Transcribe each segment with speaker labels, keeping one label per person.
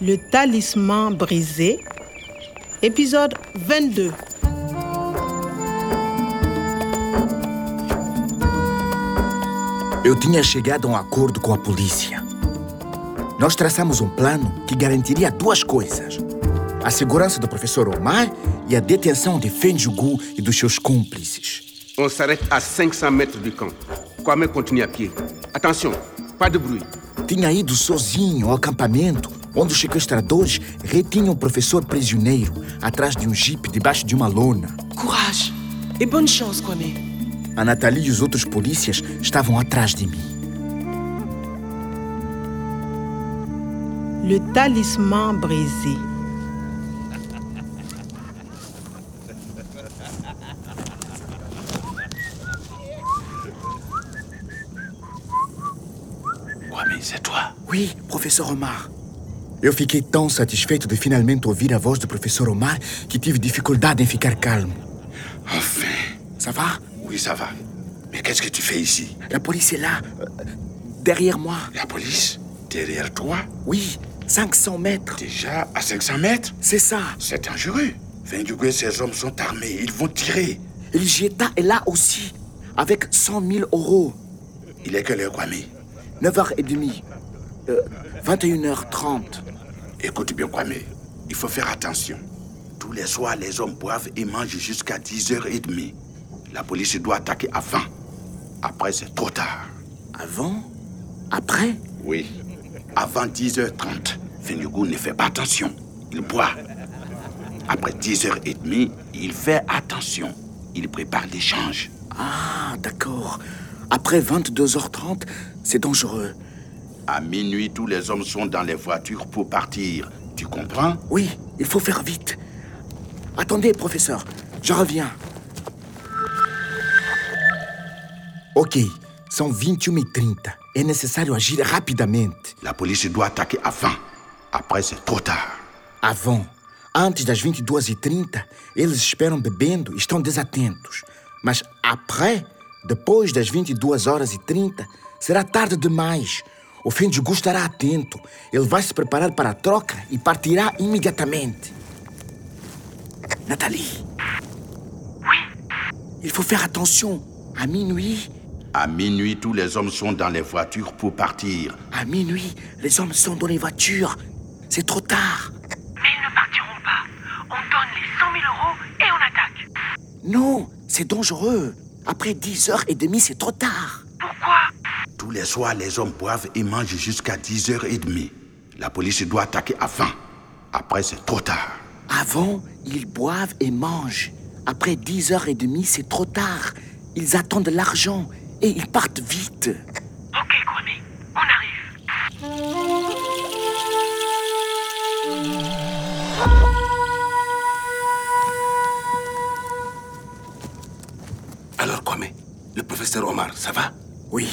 Speaker 1: Le talisman brisé, épisode 22.
Speaker 2: Eu tinha chegado a um acordo com a polícia. Nós traçamos um plano que garantiria duas coisas: a segurança do professor Omar e a detenção de Fenjugu e dos seus cúmplices.
Speaker 3: On s'arrête à 500 mètres du camp. Kwame continue à pied. Attention, pas de bruit.
Speaker 2: Tinha ido sozinho ao acampamento, onde os sequestradores retinham o professor prisioneiro atrás de um jipe debaixo de uma lona.
Speaker 4: Courage et bonne chance, Kwame.
Speaker 2: A Nathalie e os outros polícias estavam atrás de mim.
Speaker 1: Le talisman brisé.
Speaker 5: Kwame, c'est toi.
Speaker 2: Oui, professeur Omar. Eu fiquei tão satisfeito de finalmente ouvir a voz do professor Omar que tive dificuldade em ficar calmo.
Speaker 5: Enfin.
Speaker 2: Ça va?
Speaker 5: Oui, ça va. Mais qu'est-ce que tu fais ici
Speaker 2: La police est là, euh, derrière moi.
Speaker 5: La police Derrière toi
Speaker 2: Oui, 500 mètres.
Speaker 5: Déjà à 500 mètres
Speaker 2: C'est ça.
Speaker 5: C'est dangereux. Vendugo et ses hommes sont armés. Ils vont tirer.
Speaker 2: El Gieta est là aussi, avec 100 000 euros.
Speaker 5: Il est que l'heure, Kwame
Speaker 2: 9h30, euh, 21h30.
Speaker 5: Écoute bien, Kwame. Il faut faire attention. Tous les soirs, les hommes boivent et mangent jusqu'à 10h30. La police doit attaquer avant. Après, c'est trop tard.
Speaker 2: Avant Après
Speaker 5: Oui. Avant 10h30, Fenugu ne fait pas attention. Il boit. Après 10h30, il fait attention. Il prépare l'échange.
Speaker 2: Ah, d'accord. Après 22h30, c'est dangereux.
Speaker 5: À minuit, tous les hommes sont dans les voitures pour partir. Tu comprends
Speaker 2: Oui, il faut faire vite. Attendez, professeur, je reviens. Ok, são 21h30. É necessário agir rapidamente.
Speaker 5: La police doit attaquer avant. Après, c'est trop tard.
Speaker 2: Avon, antes das 22h30, eles esperam bebendo e estão desatentos. Mas après, depois das 22 horas e 30, será tarde demais. O Fendigo estará atento. Ele vai se preparar para a troca e partirá imediatamente. Nathalie. Il faut faire attention. À minuit,
Speaker 5: À minuit, tous les hommes sont dans les voitures pour partir.
Speaker 2: à minuit, les hommes sont dans les voitures. C'est trop tard.
Speaker 6: Mais ils ne partiront pas. On donne les 100 000 euros et on attaque.
Speaker 2: Non, c'est dangereux. Après 10h30, c'est trop tard.
Speaker 6: Pourquoi
Speaker 5: Tous les soirs, les hommes boivent et mangent jusqu'à 10h30. La police doit attaquer avant. Après, c'est trop tard.
Speaker 2: Avant, ils boivent et mangent. Après 10h30, c'est trop tard. Ils attendent l'argent et ils partent vite.
Speaker 6: Ok, Kwame, on arrive.
Speaker 5: Alors, Kwame, le professeur Omar, ça va
Speaker 2: Oui,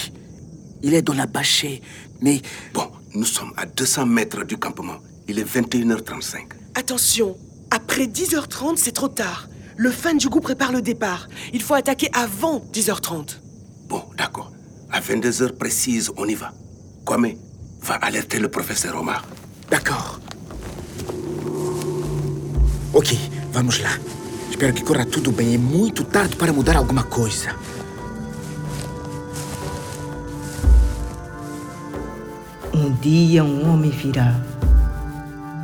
Speaker 2: il est dans la bâchée, mais
Speaker 5: Bon, nous sommes à 200 mètres du campement. Il est 21h35.
Speaker 4: Attention, après 10h30, c'est trop
Speaker 2: Ah,
Speaker 4: tard. Le fan du goût prépare le départ. Il faut attaquer avant 10h30.
Speaker 5: Bon, d'accord. À 22 heures précises, on y va. Kwame, va alerter le professeur Omar.
Speaker 2: d'accord. Ok, vamos lá. Espero que corra tudo bem. É muito tarde para mudar alguma coisa.
Speaker 7: Um dia um homem virá.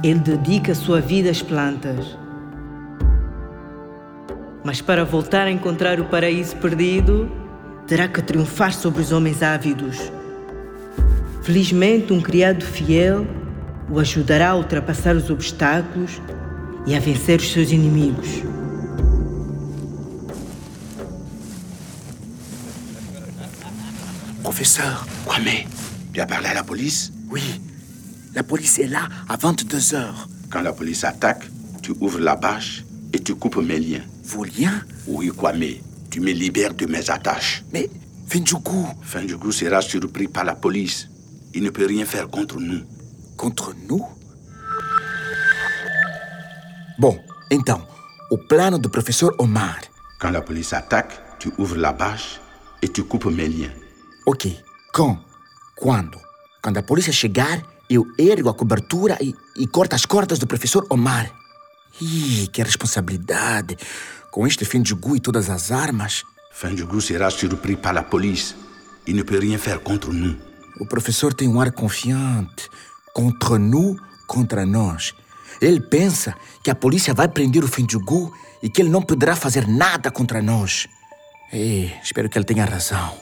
Speaker 7: Ele dedica sua vida às plantas. Mas para voltar a encontrar o paraíso perdido, terá que triunfar sobre os homens ávidos. Felizmente, um criado fiel o ajudará a ultrapassar os obstáculos e a vencer os seus inimigos.
Speaker 2: Professeur,
Speaker 5: Kwame, tu as parlé à la police
Speaker 2: oui, la police est là à 22h.
Speaker 5: Quand la police attaque, tu ouvres la bâche et tu coupes mes liens.
Speaker 2: Vos liens
Speaker 5: Oui, Kwame, tu me libères de mes attaches.
Speaker 2: Mais Vinjugu,
Speaker 5: Fenjugu sera surpris par la police. Il ne peut rien faire contre nous.
Speaker 2: Contra nous? Bom, então, o plano do professor Omar.
Speaker 5: Quand la police attaque, tu ouvres la bâche et tu coupes mes liens.
Speaker 2: Ok, com? Quando? Quando a polícia chegar, Eu ergo a cobertura e, e corto as cordas do professor Omar. Ih, que responsabilidade! Com este fim de Gu e todas as armas,
Speaker 5: Fendjougou sera surpris par la police. Il ne peut rien faire contre nous.
Speaker 2: o professor tem um ar confiante. Contra nu, contra nós. Ele pensa que a polícia vai prender o Fendjugu e que ele não poderá fazer nada contra nós. Ei, espero que ele tenha razão.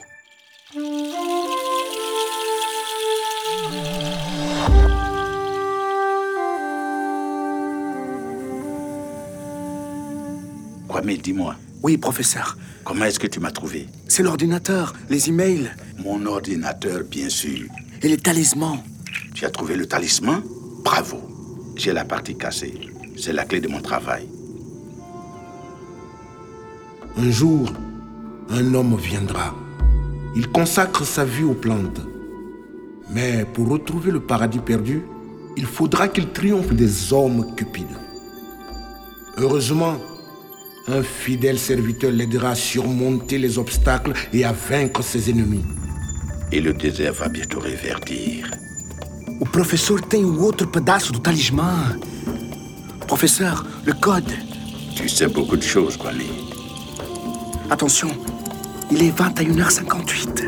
Speaker 5: Kwame, dis-moi,
Speaker 2: Oui, professeur.
Speaker 5: comment est-ce que tu m'as trouvé
Speaker 2: C'est l'ordinateur, les emails
Speaker 5: Mon ordinateur, bien sûr.
Speaker 2: et les talismans.
Speaker 5: Tu as trouvé le talisman Bravo. J'ai la partie cassée. C'est la clé de mon travail.
Speaker 8: Un jour, un homme viendra. Il consacre sa vie aux plantes. Mais pour retrouver le paradis perdu, il faudra qu'il triomphe des hommes cupides. Heureusement, un fidèle serviteur l'aidera à surmonter les obstacles et à vaincre ses ennemis.
Speaker 5: Et le désert va bientôt réverdir.
Speaker 2: O professor tem o outro pedaço do talismã. Professeur, le code.
Speaker 5: Tu sais beaucoup de choses, Kwame.
Speaker 2: Attention, il est 21h58.